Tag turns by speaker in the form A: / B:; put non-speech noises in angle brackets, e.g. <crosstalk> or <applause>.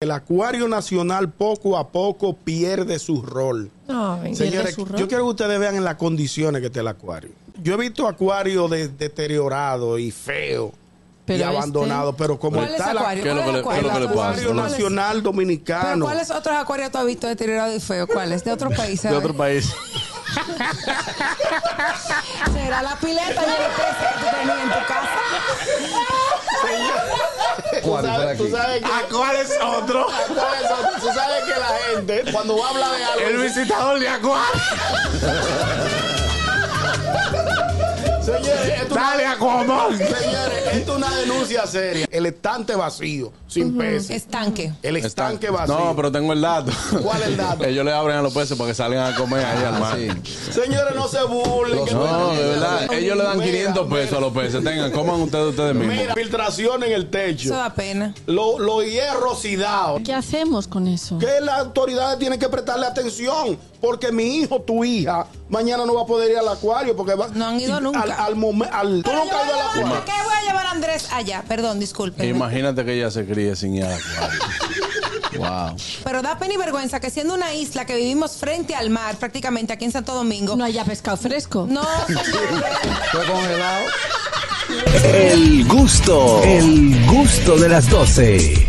A: el Acuario Nacional poco a poco pierde su rol.
B: No,
A: Señores,
B: su
A: yo quiero que ustedes vean en las condiciones que está el acuario. Yo he visto acuario de- deteriorado y feo
B: Pero
A: y
B: este-
A: abandonado, pero como
B: ¿Cuál es
A: está el
B: acuario?
C: ¿Qué es lo
B: ¿Cuál
C: que
B: es
C: le- qué es lo que le
B: acuario?
C: pasa?
A: Acuario
B: ¿Cuál es?
A: Nacional
B: ¿Pero
A: Dominicano.
B: cuáles otros acuarios tú has visto deteriorados y feos? ¿Cuáles? ¿De otros países?
C: de otro país.
B: ¿Será la pileta y el peso que tú tenías en tu casa?
D: ¿Cuál fue de aquí?
E: sabes que,
A: ¿A cuál es
E: <laughs>
A: otro?
E: tú sabes que la gente, cuando va a hablar de algo,
A: El visitador de Acuario.
E: señores, esto es una-
A: Dale, Aquaman.
E: señores, esto es una denuncia seria. El estante vacío, sin peces.
B: Estanque.
E: El estanque
C: Están-
E: vacío.
C: No, pero tengo el dato.
E: ¿Cuál Ah, es el dato?
C: <laughs> Ellos le abren a los peces para que salgan a comer ahí al mar.
D: Sí.
E: Señores, no se burlen. que
C: No, de verdad. Ellos le dan
E: Mira,
C: 500
E: mira.
C: pesos a los peces. Tengan, coman ustedes ustedes mismos.
E: Mira, filtración en el
B: Eso
E: techo.
B: da pena.
E: Los lo hierros cidados.
F: ¿Qué hacemos con eso?
E: Que las autoridades tienen que prestarle atención. Porque mi hijo, tu hija, mañana no va a poder ir al acuario. Porque va,
B: No han ido nunca.
E: Al, al momen- al- tú
B: Pero
E: nunca
B: yo
E: has ido al
B: voy a llevar-
E: acuario.
B: ¿Qué voy a llevar a Andrés allá? Perdón, disculpe.
C: Imagínate que ella se críe sin ir al acuario.
D: Wow.
B: Pero da pena y vergüenza que siendo una isla que vivimos frente al mar, prácticamente aquí en Santo Domingo.
F: No haya pescado fresco.
B: No, señores.
D: Fue congelado.
G: El gusto, el gusto de las 12.